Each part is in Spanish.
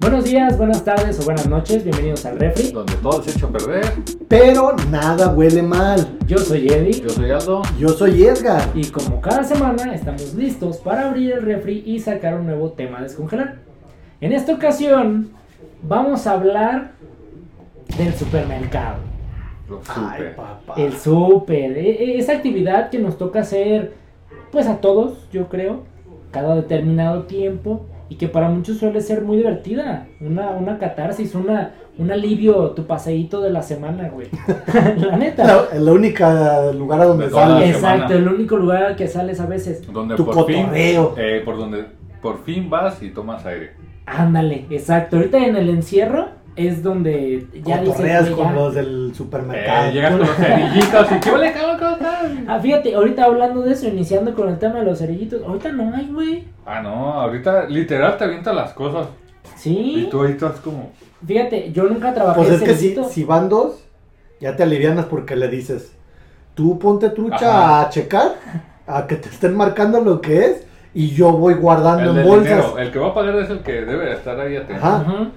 Buenos días, buenas tardes o buenas noches, bienvenidos al Refri. donde todo se echa a perder. Pero nada huele mal. Yo soy Eddie Yo soy Aldo. Yo soy Edgar. y como cada semana estamos listos para abrir el Refri y sacar un nuevo tema a descongelar. En esta ocasión vamos a hablar del supermercado. Lo Ay, supe. papá. El súper, e- e- esa actividad que nos toca hacer, pues a todos, yo creo, cada determinado tiempo y que para muchos suele ser muy divertida. Una, una catarsis, una, un alivio, tu paseíto de la semana, güey. la neta. La, la única lugar a donde De todas sales. las- semana. Exacto, el único lugar al que sales a veces. Donde Tu por cotorreo. fin. eh, por donde por fin vas y tomas aire. Ándale, exacto. Ahorita en el encierro es donde ya Cotorreas dices, güey, con ya. los del Eh, supermercado. llegas con los cerillitos y ¿qué huele, cabrón? ¿Cómo estás? Ah, fíjate, ahorita hablando de eso, iniciando con el tema de los cerillitos, ahorita no hay, güey. Ah, no, ahorita literal te avientan las cosas. Sí. Y tú ahí estás como. Fíjate, yo nunca trabajé pues es que si, cerillito. si van dos, ya te alivianas porque le dices, tú ponte trucha Ajá. a checar, a que te estén marcando lo que es, y yo voy guardando El, en del bolsas. dinero, el que va a pagar es el que debe de estar ahí atento. Ajá. Ajá.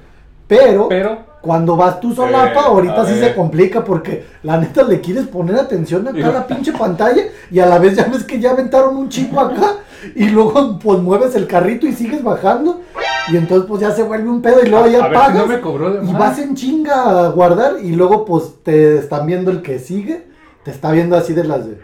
Pero, Pero cuando vas tú solapa, Eh, ahorita a sí ver. se complica porque la neta le quieres poner atención a cada pinche pantalla y a la vez ya ves que ya aventaron un chico acá y luego pues mueves el carrito y sigues bajando y entonces pues ya se vuelve un pedo y luego ya a ver si pagas no me cobró de y más. vas en chinga a guardar y luego pues te están viendo el que sigue, te está viendo así de las de...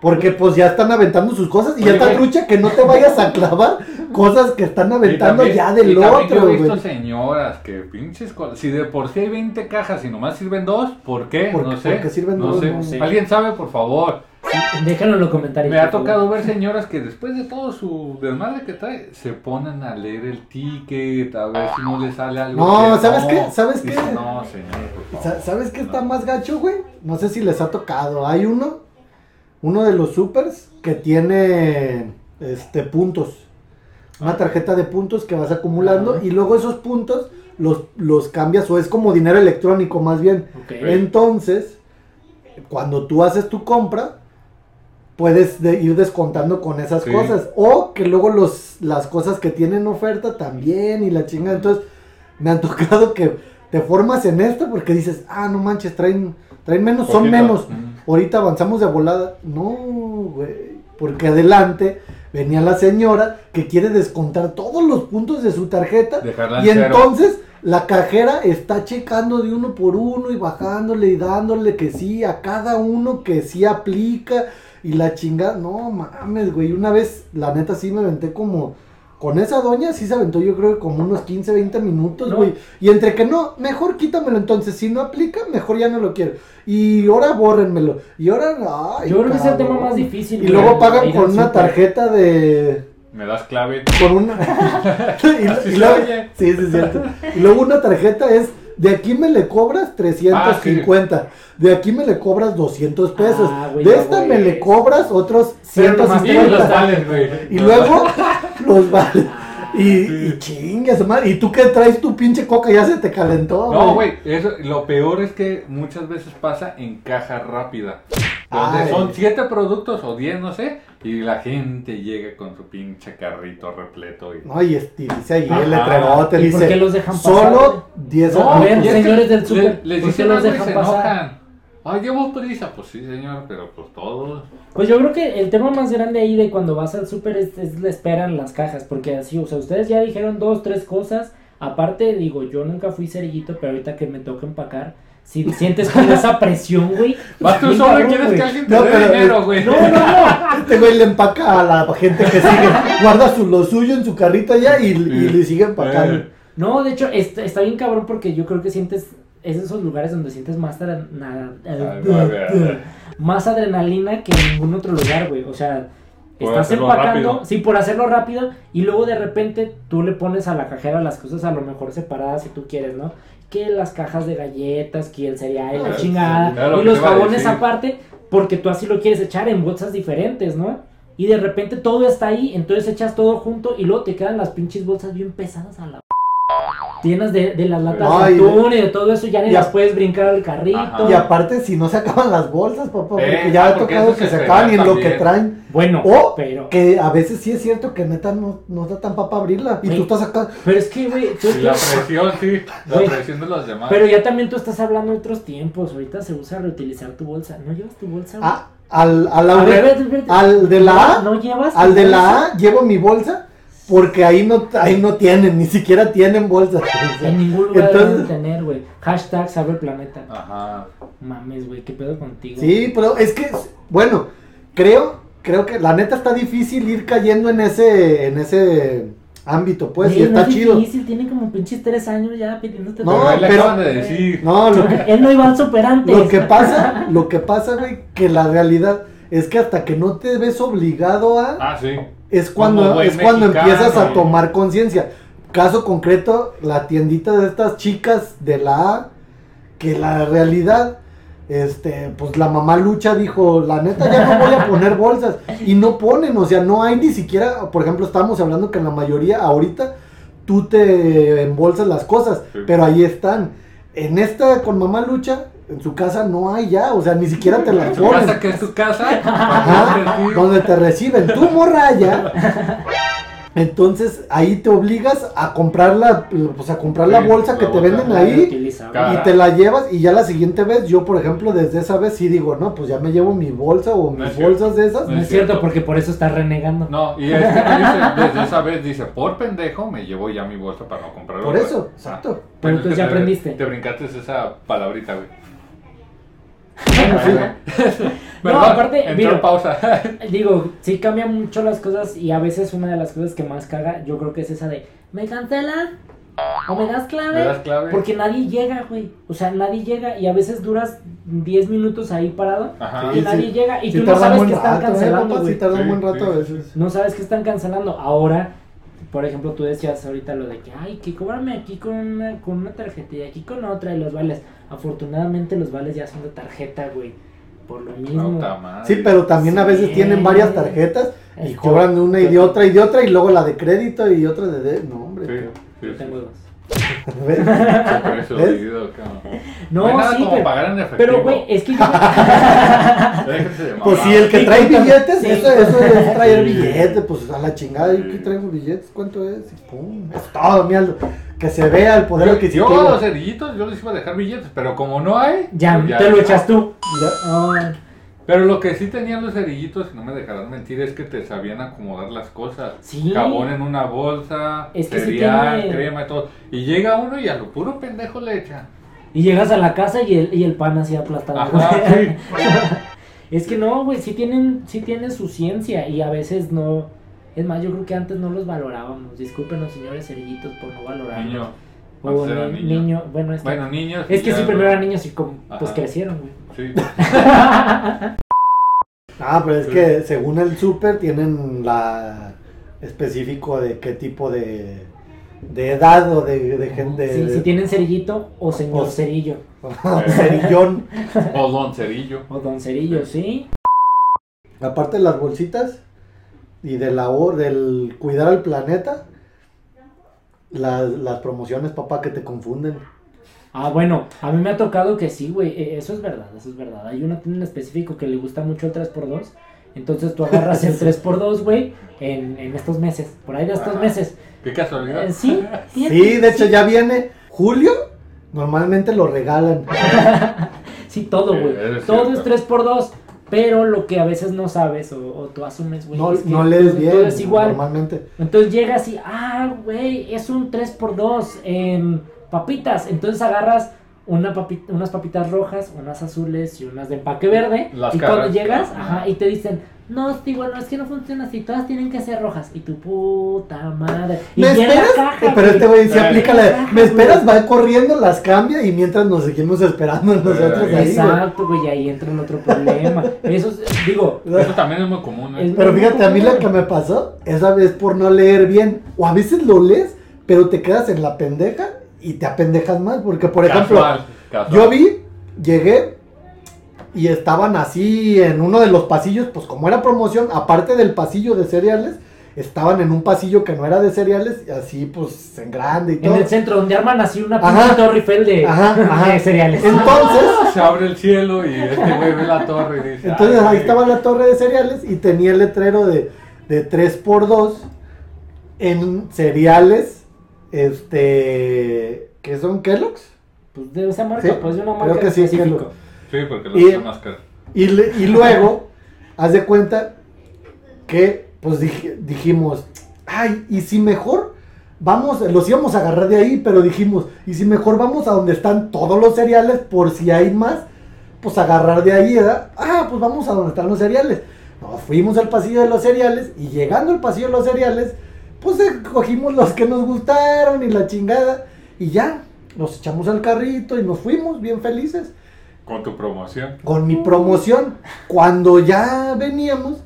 Porque pues ya están aventando sus cosas y Oye, ya está güey. trucha que no te vayas a clavar cosas que están Y aventando también- ya y del también otro, Yo he visto güey. señoras que pinches. col- Si de por sí hay 20 cajas y nomás sirven dos, ¿por qué? ¿Por no qué- sé. por qué sirven no dos? Sé. No sé. Alguien sabe, por favor. Ah. Déjalo en los comentarios. Me ha por favor. tocado ver señoras que después de todo su desmadre que trae, se ponen a leer el ticket, a ver si no le sale algo. No, que ¿sabes qué? ¿Sabes Dice, qué? No, señor, por favor. Sa- ¿Sabes qué está más gacho, güey? No sé si les ha tocado. Hay uno, uno de los supers que tiene este puntos. Ah. Una tarjeta de puntos que vas acumulando Ajá. y luego esos puntos los, los cambias o es como dinero electrónico más bien. Ok. Entonces, cuando tú haces tu compra, puedes de- ir descontando con esas Sí. cosas. O que luego los, las cosas que tienen oferta también y la chinga. Entonces, me han tocado que te formas en esto porque dices, ah, no manches, traen, traen menos, son Poquito. menos. Mm. Ahorita avanzamos de volada. No, güey. Porque adelante venía la señora que quiere descontar todos los puntos de su tarjeta. Dejarla en Y cero. entonces la cajera está checando de uno por uno y bajándole y dándole que sí a cada uno que sí aplica y la chingada. No mames, güey. Una vez, la neta, sí me aventé como. Con esa doña sí se aventó yo creo que como unos 15, 20 minutos, No. güey. Y entre que no, mejor quítamelo entonces. Si no aplica, mejor ya no lo quiero. Y ahora bórrenmelo. Y ahora... ay, Yo creo que es el cabrón. tema más difícil. Y güey, luego pagan ir al con una súper. tarjeta de Me das clave. con una y, Así y se luego, oye. sí, sí, es cierto. Y luego una tarjeta es de aquí me le cobras 350, de aquí me le cobras 200 pesos, Ah, güey, de ya, esta güey. me le cobras otros Pero nomás Y los 150 vales, güey. y luego los vales y, y chingas, madre, y tú que traes tu pinche coca ya se te calentó. No, güey, eso, lo peor es que muchas veces pasa en caja rápida. Donde Ay. son siete productos o 10, no sé, y la gente llega con su pinche carrito repleto. Y... No, y este, dice ahí Ajá. el letrerote, ¿Y por dice, qué los dejan pasar? solo 10 No, adultos". a ver, y es que señores del le- súper, Les ¿por qué dicen los algo y dejan se pasar? enojan. Ay, llevo prisa. Pues sí, señor, pero pues todos. Pues yo creo que el tema más grande ahí de cuando vas al súper es, es la espera en las cajas, porque así, o sea, ustedes ya dijeron dos, tres cosas. Aparte, digo, yo nunca fui cerillito, pero ahorita que me toca empacar, si sientes con esa presión, güey. Vas tú bien solo y cabrón, quieres que güey. alguien te No, dé pero- dinero, güey. eh, No, no, no. Este güey le empaca a la gente que sigue. Guarda su, lo suyo en su carrito allá y, y le sigue empacando. Eh, No, de hecho, está, está bien cabrón porque yo creo que sientes. Es de esos lugares donde sientes más, adrenalina Ay, no, a ver, a ver. más adrenalina que en ningún otro lugar, güey. O sea, Por estás hacerlo empacando, rápido. sí, por hacerlo rápido. Y luego de repente tú le pones a la cajera las cosas a lo mejor separadas si tú quieres, ¿no? Que las cajas de galletas, que el cereal, la Ah, sí, chingada. era lo y que los te iba a jabones decir. aparte, porque tú así lo quieres echar en bolsas diferentes, ¿no? Y de repente todo está ahí, entonces echas todo junto y luego te quedan las pinches bolsas bien pesadas a la llenas de, de las latas Ay, de atún y de todo eso, ya ni y las a- puedes brincar al carrito. Ajá. Y aparte, si no se acaban las bolsas, papá, porque Eh, ya ah, ha porque tocado eso que se se acaban y en lo también. que traen. Bueno, O pero. que a veces sí es cierto que neta no, no da tan para abrirla. Y Sí. tú estás acá. Pero es que, güey, tú- Y la tú- presión, sí. La Güey. presión de los demás. Pero ya también tú estás hablando de otros tiempos. Ahorita se usa reutilizar tu bolsa. ¿No llevas tu bolsa? güey? Ah, a- al, al, A aure- ver, espérate, espérate. al de la A, No, no llevas. al tu de bolsa. la A llevo mi bolsa porque ahí no, ahí no tienen, ni siquiera tienen bolsas. En ningún lugar Entonces- deben tener, güey. Hashtag salve el planeta. Ajá. Mames, güey, ¿qué pedo contigo? Sí, pero es que, bueno, creo, creo que la neta está difícil ir cayendo en ese, en ese ámbito, pues, y Güey, está no es chido. difícil, tiene como pinches tres años ya pidiéndote. No, pero ahí le pero- acaban de decir. No, lo que, Él no iba al superante. lo que pasa, lo que pasa, güey, que la realidad es que hasta que no te ves obligado a, Ah, sí. es como cuando, buen es cuando mexicano. empiezas a tomar conciencia. Caso concreto, la tiendita de estas chicas de la A, que la realidad, este, pues la mamá lucha dijo, la neta ya no voy a poner bolsas. Y no ponen, o sea, no hay ni siquiera, por ejemplo, estábamos hablando que en la mayoría ahorita tú te embolsas las cosas, Sí. pero ahí están. En esta con mamá lucha, en su casa no hay ya, o sea, ni siquiera te las Tu casa ponen. que es tu casa. para Ajá, que no te- donde te reciben tu morralla. Entonces ahí te obligas a comprar la, pues, a comprar la Sí, bolsa que la te bolsa. venden La ahí reutilizable. Cada- y te la llevas y ya la siguiente vez, yo por ejemplo desde esa vez sí digo, no, pues ya me llevo mi bolsa o No es mis cierto. bolsas de esas. No es cierto, porque por eso estás renegando. No, y es que no dice, desde esa vez dice, por pendejo me llevo ya mi bolsa para no comprar Por otra". eso, Ah. exacto. Pero entonces ya te- aprendiste. Te brincaste esa palabrita, güey. Bueno, sí. Perdón, aparte, entró mira. en pausa. Digo, sí cambian mucho las cosas y a veces una de las cosas que más caga, yo creo que es esa de, ¿me cancelan? ¿O me das clave? ¿Me das clave? Porque nadie llega, güey. O sea, nadie llega y a veces duras 10 minutos ahí parado Ajá. Ah, y Sí, nadie sí. llega y Sí tú no tardan sabes buen que están rato, ¿eh, cancelando, papá? Sí güey. tardan Sí, buen rato sí. a veces. No sabes que están cancelando. Ahora, por ejemplo, tú decías ahorita lo de que, ay, que cóbrame aquí con una, con una tarjeta y aquí con otra y los vales. Afortunadamente los vales ya son de tarjeta, güey. Por lo mismo. Puta madre. Sí, pero también a veces Sí. tienen varias tarjetas y Yo- cobran de una y de yo- otra y de otra y luego la de crédito y otra de... de- No, hombre. Sí, sí, Yo sí. tengo dos. ¿Ves? Por eso, ¿Ves? digo, cabrón. No, No, hay nada sí, como pero- pagar en efectivo. Pero, güey, es que yo... Déjense de Pues mamar. si el que Sí, trae cuéntame. billetes, Sí. eso, eso es traer Sí. billetes, pues a la chingada, ¿y qué Sí. traigo billetes? ¿Cuánto es? Y pum, es todo, mira, lo- que se vea el poder Yo, adquisitivo. yo a los cerillitos, yo les iba a dejar billetes, pero como no hay, ya, pues te lo echas tú. ah, Ya, Ay, Pero lo que sí tenían los cerillitos, y no me dejarán mentir, es que te sabían acomodar las cosas. Sí. Jabón en una bolsa, Es que sí cereal, tiene- crema y todo. Y llega uno y a lo puro pendejo le echa. y llegas a la casa y el, y el pan así aplastado. Ajá, sí. Es que no, güey, sí tienen, sí tienen su ciencia y a veces no. Es más, yo creo que antes no los valorábamos. Discúlpenos, señores cerillitos, por no valorarlos. Niño. O Antes ni- era niño. bueno, es que, Bueno, niños. es que ya sí, no- primero eran niños y como, pues Ajá. crecieron, güey. Sí. Ah, pero es que según el súper tienen la específico de qué tipo de, de edad o de, de gente. Sí, si tienen cerillito o señor Pues- cerillo. cerillón. O don Eh, cerillo. O don cerillo, sí. Aparte de las bolsitas y de la O, del cuidar al planeta, las, las promociones, papá, que te confunden. Ah, bueno, a mí me ha tocado que sí, güey, eh, eso es verdad, eso es verdad. Hay una tienda en específico que le gusta mucho el 3x2, entonces tú agarras el 3x2, güey, en, en estos meses, por ahí de estos Ajá. meses. Qué casualidad. Eh, sí, Sí, de hecho ya viene julio. Normalmente lo regalan. sí, todo, güey. Eh, es todo es cierto. 3x2, pero lo que a veces no sabes o, o tú asumes, güey, No, es que no tú- lees tú bien. eres igual. Normalmente. Entonces llegas y, ah, güey, es un 3x2 en papitas. Entonces agarras una papi- unas papitas rojas, unas azules y unas de empaque verde. Las y caras. cuando llegas, Ajá. ajá, y te dicen, no, sí, bueno, es que no funciona así, todas tienen que ser rojas. Y tu puta madre. Y ¿Me ya en la esperas? caja, Eh, pero este güey sí Eh. aplica la de, Caja, ¿Me esperas? güey. Va corriendo, las cambia y mientras nos seguimos esperando nosotros Eh, ahí. güey. Exacto, güey, ahí entra en otro problema. Eso es, digo, Eso también es muy común. ¿eh? Es- Pero fíjate, a mí la que me pasó esa vez por no leer bien. O a veces lo lees, pero te quedas en la pendeja y te apendejas más. Porque, por ejemplo, Casual, casual. Yo vi, llegué y estaban así en uno de los pasillos, pues como era promoción, aparte del pasillo de cereales, estaban en un pasillo que no era de cereales, y así pues en grande y En todo. el centro, donde arman así una Ajá. pinche torre Eiffel de, Ajá, ajá. de cereales. Entonces, Se abre el cielo y este güey ve la torre y dice. Entonces "Ay, ahí güey". estaba la torre de cereales y tenía el letrero de, de 3x2 en cereales, este, que son Kellogg's. Pues de esa marca, Sí, pues de una creo marca que sí, específica. Kellogg's. Sí, porque lo Y- hace más caro. Y, le- y luego, haz de cuenta que, pues dij- dijimos, ay, y si mejor vamos, los íbamos a agarrar de ahí, pero dijimos, y si mejor vamos a donde están todos los cereales, por si hay más, pues agarrar de ahí, ¿verdad? Ah, pues vamos a donde están los cereales. Nos fuimos al pasillo de los cereales y llegando al pasillo de los cereales, pues cogimos los que nos gustaron y la chingada, y ya, nos echamos al carrito y nos fuimos bien felices Con tu promoción. con mi promoción. Cuando ya veníamos,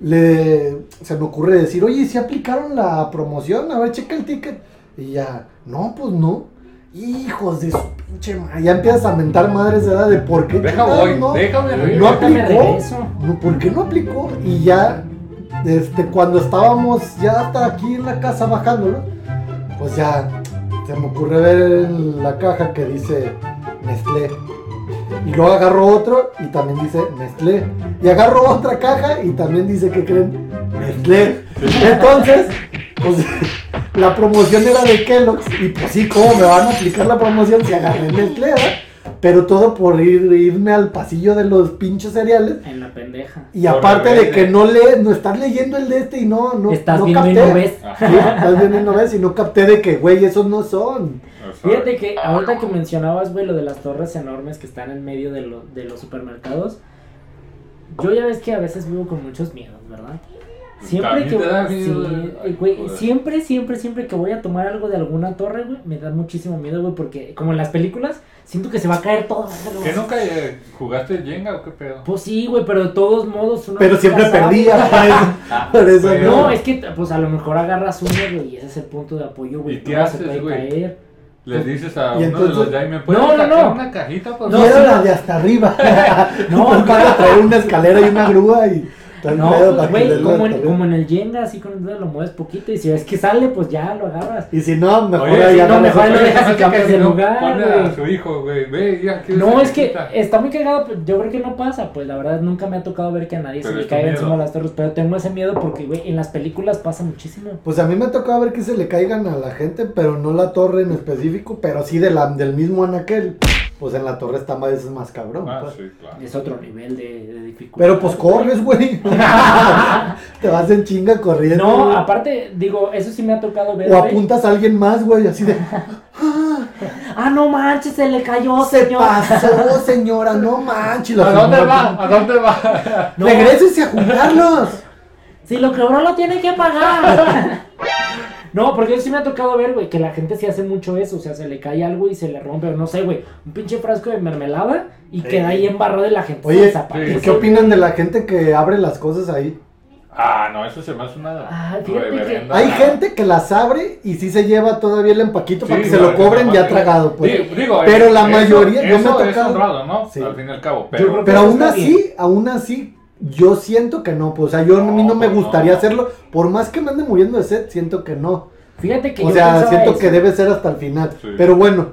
le, se me ocurre decir, oye, si aplicaron la promoción, a ver, checa el ticket. Y ya, no, pues no. Hijos de su pinche madre. Ya empiezas a mentar madres de edad de por qué. Deja chingados voy, no, déjame Déjame regresar. aplicó. regreso. no, ¿Por qué no aplicó? Y ya, este, cuando estábamos ya hasta aquí en la casa bajándolo, pues ya se me ocurre ver en la caja que dice Nestlé. Y luego agarro otro y también dice Nestlé. Y agarro otra caja y también dice que creen Nestlé. Entonces, pues la promoción era de Kellogg's. Y pues sí, ¿cómo me van a aplicar la promoción si agarré Nestlé? verdad? Pero todo por ir- irme al pasillo de los pinches cereales. En la pendeja. Y Por aparte de rebelde. que no lees, no estás leyendo el de este y no, no, Estás no viendo y no ves. Sí, estás viendo y no ves y no capté de que, güey, esos no son. Fíjate que ahorita que mencionabas, güey, lo de las torres enormes que están en medio de, lo- de los supermercados. Yo ya ves que a veces vivo con muchos miedos, ¿verdad? Siempre También que te da sí, eh, miedo, ay, güey, joder. siempre, siempre, siempre que voy a tomar algo de alguna torre, güey, me da muchísimo miedo, güey, porque como en las películas, siento que se va a caer todo. ¿Qué nunca eh, jugaste Jenga o qué pedo? Pues sí, güey, pero de todos modos uno Pero nunca siempre sabe. perdía, por eso- por eso pero- no. No, es que pues a lo mejor agarras uno, güey, y ese es el punto de apoyo, güey. ¿Y qué todo se haces, puede güey? caer. Les dices a Y uno entonces- de los de ahí, ¿me puedes Pues, No, no, sacar no. una cajita? pues, Por Y No, favor?" era sí, la no. de hasta arriba. No, No, van a traer una escalera y una grúa y traer No, un pues, pedo para que le güey, dé como hasta en, arriba. como en el Jenga, así con el dedo lo mueves poquito y si ves que sale, pues ya lo agarras. Y si no, mejor Oye, allá si no, no mejor mejor ahí lo Oye, dejas no y sé cambias qué, de no, lugar, Ponle güey. a su hijo, güey. Ve, ya quiero No, esa es que cajita. está muy cagado, pues, yo creo que no pasa, pues la verdad nunca me ha tocado ver que a nadie se Pero le es tu caiga miedo. encima de las torres, pero tengo ese miedo porque, güey, en las películas pasa muchísimo. Pues a mí me ha tocado ver que se le caigan a la gente, pero no la torre en específico, pero sí de la, del mismo anaquel. Pues en la torre está más, es más cabrón. Ah, pues. sí, claro. Es otro nivel de, de dificultad. Pero pues corres, güey. Te vas en chinga corriendo. No, güey. aparte, digo, eso sí me ha tocado ver. O güey. apuntas a alguien más, güey, así de. Ah, no manches, se le cayó, No se Oh, señor. pasó, señora, no manches. la ¿A dónde señora- va? ¿A dónde va? No. Regrésese a jugarlos. Si lo quebró, lo tiene que pagar. No, porque sí me ha tocado ver, güey, que la gente se hace mucho eso. O sea, se le cae algo y se le rompe, o no sé, güey, un pinche frasco de mermelada y Sí. queda ahí embarrado y la gente. Oye, se desaparece. Sí. ¿Qué opinan de la gente que abre las cosas ahí? Ah, no, eso se me hace una. Ah, fíjate que- reverenda- Hay gente que las abre y sí se lleva todavía el empaquito para Sí, que se lo no, cobren no, ya no, tragado, pues. Digo, digo, Pero eso- la mayoría- Eso, yo me ha eso es tocado- honrado, ¿no? Sí. Al fin y al cabo. creo Pero. que- Pero eso aún está así, aún así, yo siento que no, pues, o sea, yo a mí no No, me no. gustaría hacerlo. Por más que me ande muriendo de sed, siento que no. Fíjate que O yo sea, pensaba siento eso. que debe ser hasta el final. Sí. Pero bueno,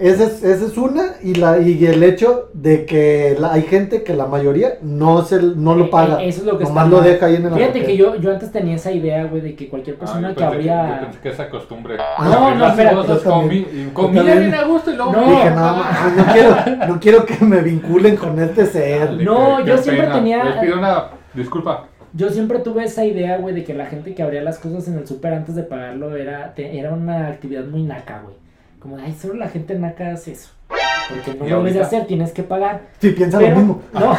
esa es, esa es una y la y el hecho de que la- hay gente que la mayoría no se no lo paga. Eh, eh, Eso es lo que nomás está lo mal. deja ahí en el Fíjate que almacén. yo, yo antes tenía esa idea, güey, de que cualquier Ah, persona yo que pensé que- Ah, abría. yo pensé que esa costumbre. no, Abrir las espérate, cosas, yo también. comi- y Yo comida también. bien a gusto y luego. No. Dije, no, mames, no quiero, no quiero que me vinculen con este ser. Dale, No, qué- yo qué siempre pena. tenía- Les pido una disculpa. Yo siempre tuve esa idea, güey, de que la gente que abría las cosas en el súper antes de pagarlo era, te- era una actividad muy naca, güey. Como, ay, solo la gente naca hace eso. Porque no ¿Y lo debes de ahorita? hacer, tienes que pagar. Si piensa Pero- lo mismo. No,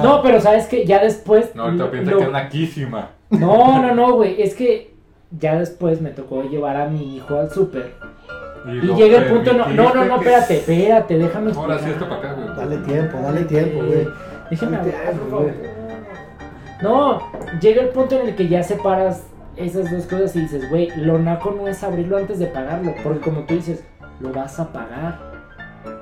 no, pero sabes que ya después. Ah. No, ahorita piensa lo- que es naquísima. No, no, no, güey. Es que ya después me tocó llevar a mi hijo al súper. Y, lo llega el punto. No, no, no, no, permitiste que- espérate, espérate, déjame. Ahora sí, explicar. esto para acá, güey. Dale tiempo, dale tiempo, güey. Déjame hablar, Dale por tiempo, favor. güey. No, llega el punto en el que ya separas esas dos cosas y dices, güey, lo naco no es abrirlo antes de pagarlo, porque como tú dices, lo vas a pagar.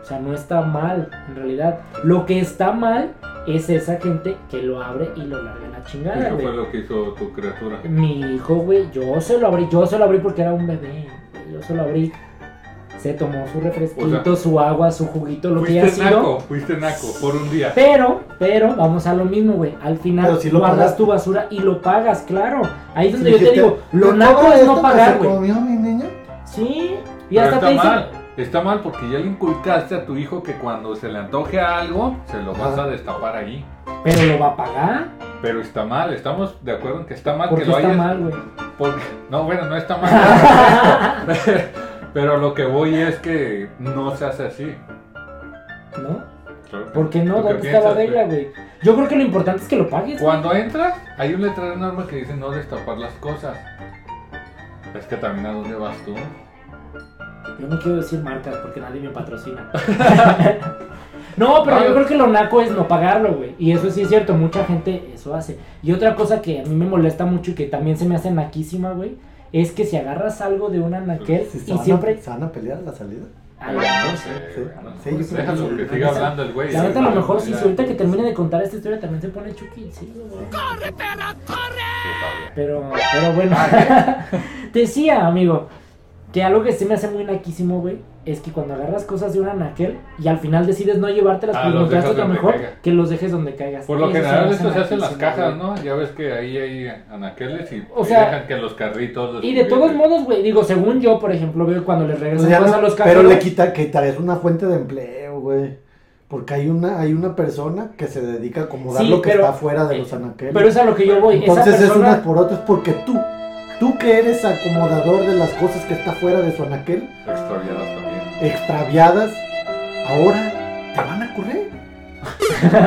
O sea, no está mal, en realidad. Lo que está mal es esa gente que lo abre y lo larga a la chingada, Eso güey. fue lo que hizo tu criatura. Mi hijo, güey, yo se lo abrí, yo se lo abrí porque era un bebé, güey, yo se lo abrí. Se tomó su refresquito, O sea, su agua, su juguito, lo que haya Fuiste sido. naco, fuiste naco por un día. Pero, pero, vamos a lo mismo, güey. Al final Pero si lo guardas pagas. tu basura y lo pagas, claro. Ahí es donde yo Dije, te digo, lo ¿te naco cobro es esto no que pagar, se güey. comió mi niño? Sí, y Pero hasta está te dicen, mal, está mal porque ya le inculcaste a tu hijo que cuando se le antoje algo, se lo vas Ajá. a destapar ahí. pero lo va a pagar. Pero está mal, estamos de acuerdo en Ah, que está mal Porque que lo está hayas... mal, güey. porque- No, bueno, no está mal. Pero lo que voy es que no se hace así. ¿No? Claro. ¿Por qué no? ¿Tú qué ¿Dónde está la piensas, regla, güey? güey? Yo creo que lo importante es que lo pagues. güey. Cuando entras, hay un letrero enorme que dice no destapar las cosas. Es que también a dónde vas tú. Yo no quiero decir marcas porque nadie me patrocina. no, pero Vale. yo creo que lo naco es no pagarlo, güey. Y eso sí es cierto, mucha gente eso hace. Y otra cosa que a mí me molesta mucho y que también se me hace naquísima, güey, es que si agarras algo de una naquel Sí, Eh, se y van a- siempre... ¿Se van a pelear a la salida? A no la- sé, sí. güey, no Sí, sé, yo creo déjalo que que sí. siga hablando el güey. La neta, a lo mejor sí, Ya. si ahorita que termine de contar esta historia también se pone Chucky. Sí, güey. Sí, está bien. Pero, pero bueno, Ah, decía, amigo, que algo que se me hace muy naquísimo, güey, es que cuando agarras cosas de una naquel y al final decides no llevártelas pues Ah, porque los encontraste dejas otra donde mejor, caiga. que los dejes donde caigas. Por lo Eso me general hace esto se hace en las naquísimo, cajas, güey. ¿no? Ya ves que ahí hay anaqueles y, O y sea, dejan que los carritos... Y de todos modos, güey, digo, según yo, por ejemplo, veo cuando les regresan Pues ya cosas no- a los cajeros. pero le quita, quitarías una fuente de empleo, güey. Porque hay una, hay una persona que se dedica a acomodar Sí, lo que pero- está fuera de eh, los anaqueles. Pero es a lo que yo voy. Entonces esa persona, es una por otra, es porque tú, tú que eres acomodador de las cosas que está fuera de su anaquel, Extraviados también. extraviadas, ahora te van a correr.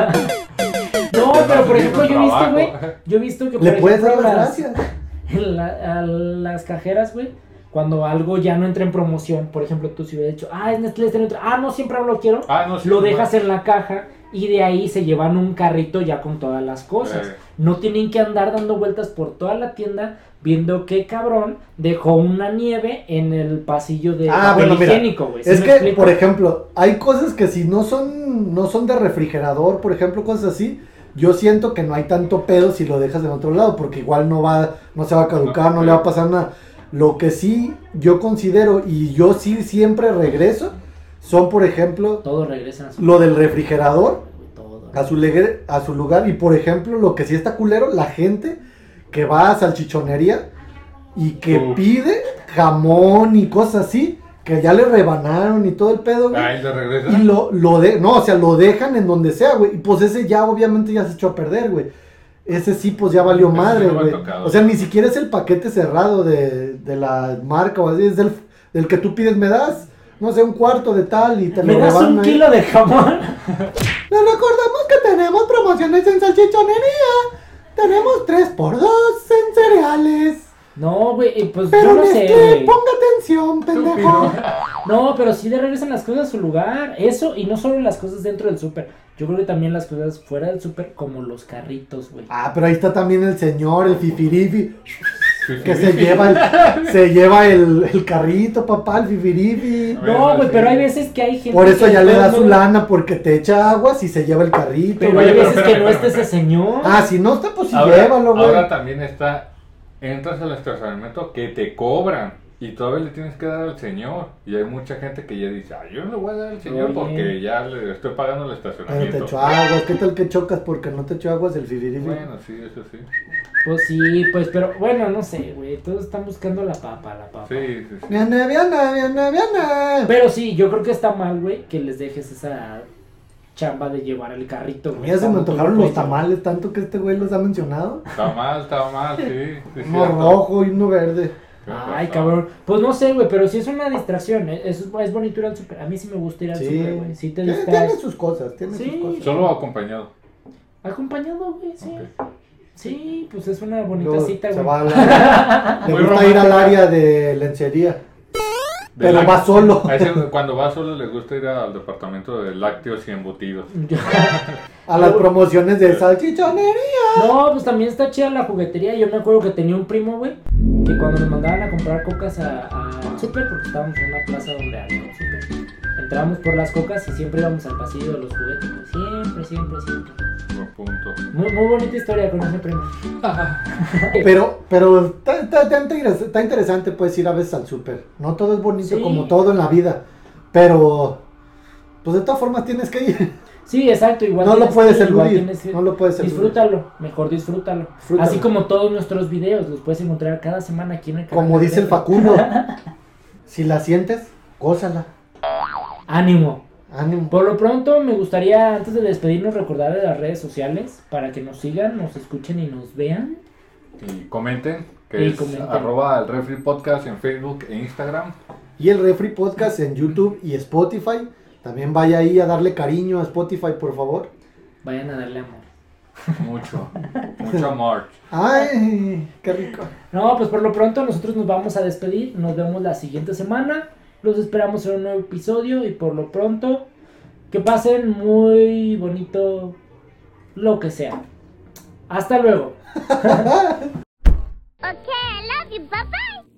No, Te pero vas por haciendo ejemplo, yo he visto, trabajo. güey, yo he visto que. Le por puedes dar ejemplo, las las- gracias. en la- a las cajeras, güey. Cuando algo ya no entra en promoción, por ejemplo, tú si hubieras dicho, ah, es Nestlé, este no entra. ah, no, siempre lo quiero, Ah, no, sí, lo no. dejas en la caja y de ahí se llevan un carrito ya con todas las cosas. Eh. No tienen que andar dando vueltas por toda la tienda viendo qué cabrón dejó una nieve en el pasillo de Ah, papel bueno, mira, higiénico, güey. ¿Sí Es me que, explico? por ejemplo, hay cosas que si no son, no son de refrigerador, por ejemplo, cosas así, yo siento que no hay tanto pedo si lo dejas en otro lado, porque igual no va, no se va a caducar, no, No, le va claro. a pasar nada. Lo que sí yo considero, y yo sí siempre regreso, son por ejemplo todo regresa a su lo del refrigerador güey, todo. a su, legre- a su lugar. Y por ejemplo, lo que sí está culero, la gente que va a salchichonería y que Uf. pide jamón y cosas así, que ya le rebanaron y todo el pedo, güey. Ah, y le regresa. Y lo, lo de, no, o sea, lo dejan en donde sea, güey. Y pues ese ya obviamente ya se echó a perder, güey. Ese sí, pues ya valió Ese sí madre, no me ha güey. tocado. O sea, ni siquiera es el paquete cerrado de, de la marca o así, es del, del que tú pides, me das, no sé, un cuarto de tal y te ¿Me lo das rebanan un ahí. kilo de jamón? Les recordamos que tenemos promociones en salchichonería. Tenemos 3x2 en cereales. No, güey, eh, pues Pero yo no sé, Nestlé, güey. ponga atención, pendejo. No, pero sí de regresan las cosas a su lugar. Eso, y no solo las cosas dentro del súper. Yo creo que también las cosas fuera del súper, como los carritos, güey. Ah, pero ahí está también el señor, el fifirifi, Sí, que sí, se sí. lleva el, se lleva el, el carrito, papá, el fifirifi. No, güey, sí. pero hay veces que hay gente. Por eso que ya le da no- su lana porque te echa agua si se lleva el carrito. Pero Oye, hay pero veces que espérame, no espérame, esté ese señor. Ah, si no está, pues sí, Ahora, llévalo, güey. ahora también está, entras al estacionamiento que te cobran y todavía le tienes que dar al señor. Y hay mucha gente que ya dice, ah, yo no le voy a dar al señor Oye. porque ya le estoy pagando el Pero te estacionamiento. echó aguas, ¿qué tal que chocas porque no te echó aguas el fifirifi? Bueno, sí, eso sí. Pues sí, pues, pero bueno, no sé, güey. Todos están buscando la papa, la papa. Sí, sí, sí. Viana, Viana, Viana, Viana. Pero sí, yo creo que está mal, güey, que les dejes esa chamba de llevar el carrito, güey. Ya se me cuando tú antojaron lo los puedes- tamales, tanto que este güey los ha mencionado. Está mal, está mal, sí. sí, Uno cierto. rojo y uno verde. Qué Ay, pasada. cabrón. Pues no sé, güey, pero sí es una distracción. ¿eh? Es, es bonito ir al super. A mí sí me gusta ir al Sí. super, güey. Sí te Tiene- distraes. Tiene sus cosas, tiene Sí. sus cosas. Solo acompañado. Acompañado, güey, sí. Ok. Sí, pues es una bonita Luego cita, se güey. va al área- Le Muy gusta ir al romántico. área de lencería. De Pero láct- va solo. A ese, cuando va solo le gusta ir al departamento de lácteos y embutidos. Yo- A las Luego- promociones de salchichonería. No, pues también está chida la juguetería. Yo me acuerdo que tenía un primo, güey, que cuando nos mandaban a comprar cocas a- a- al súper, porque estábamos en una plaza donde había un súper. El entrábamos por las cocas y siempre íbamos al pasillo de los juguetes. pues, Siempre, siempre, siempre. Buen punto. Muy, muy bonita historia con ese premio. Pero, pero está, está- está interes- está interesante pues ir a veces al súper. No todo es bonito Sí. como todo en la vida. Pero, pues de todas formas tienes que ir. Sí, exacto. Igual no lo tienes puedes que- igual eludir. tienes que- No lo puedes eludir. Disfrútalo, mejor disfrútalo. Disfrútalo. Así como todos nuestros videos, los puedes encontrar cada semana aquí en el canal. Como de dice el Pedro. Facundo, si la sientes, gózala. Ánimo. Ánimo. Por lo pronto, me gustaría, antes de despedirnos, recordar de las redes sociales para que nos sigan, nos escuchen y nos vean. Y comenten, que Y es comenten. arroba el refri podcast en Facebook e Instagram. Y el Refri Podcast en YouTube y Spotify. También vaya ahí a darle cariño a Spotify, por favor. Vayan a darle amor. Mucho, mucho amor. Ay, qué rico. No, pues por lo pronto nosotros nos vamos a despedir. Nos vemos la siguiente semana. Los esperamos en un nuevo episodio y por lo pronto que pasen muy bonito lo que sea. Hasta luego. Okay, I love you. Bye bye.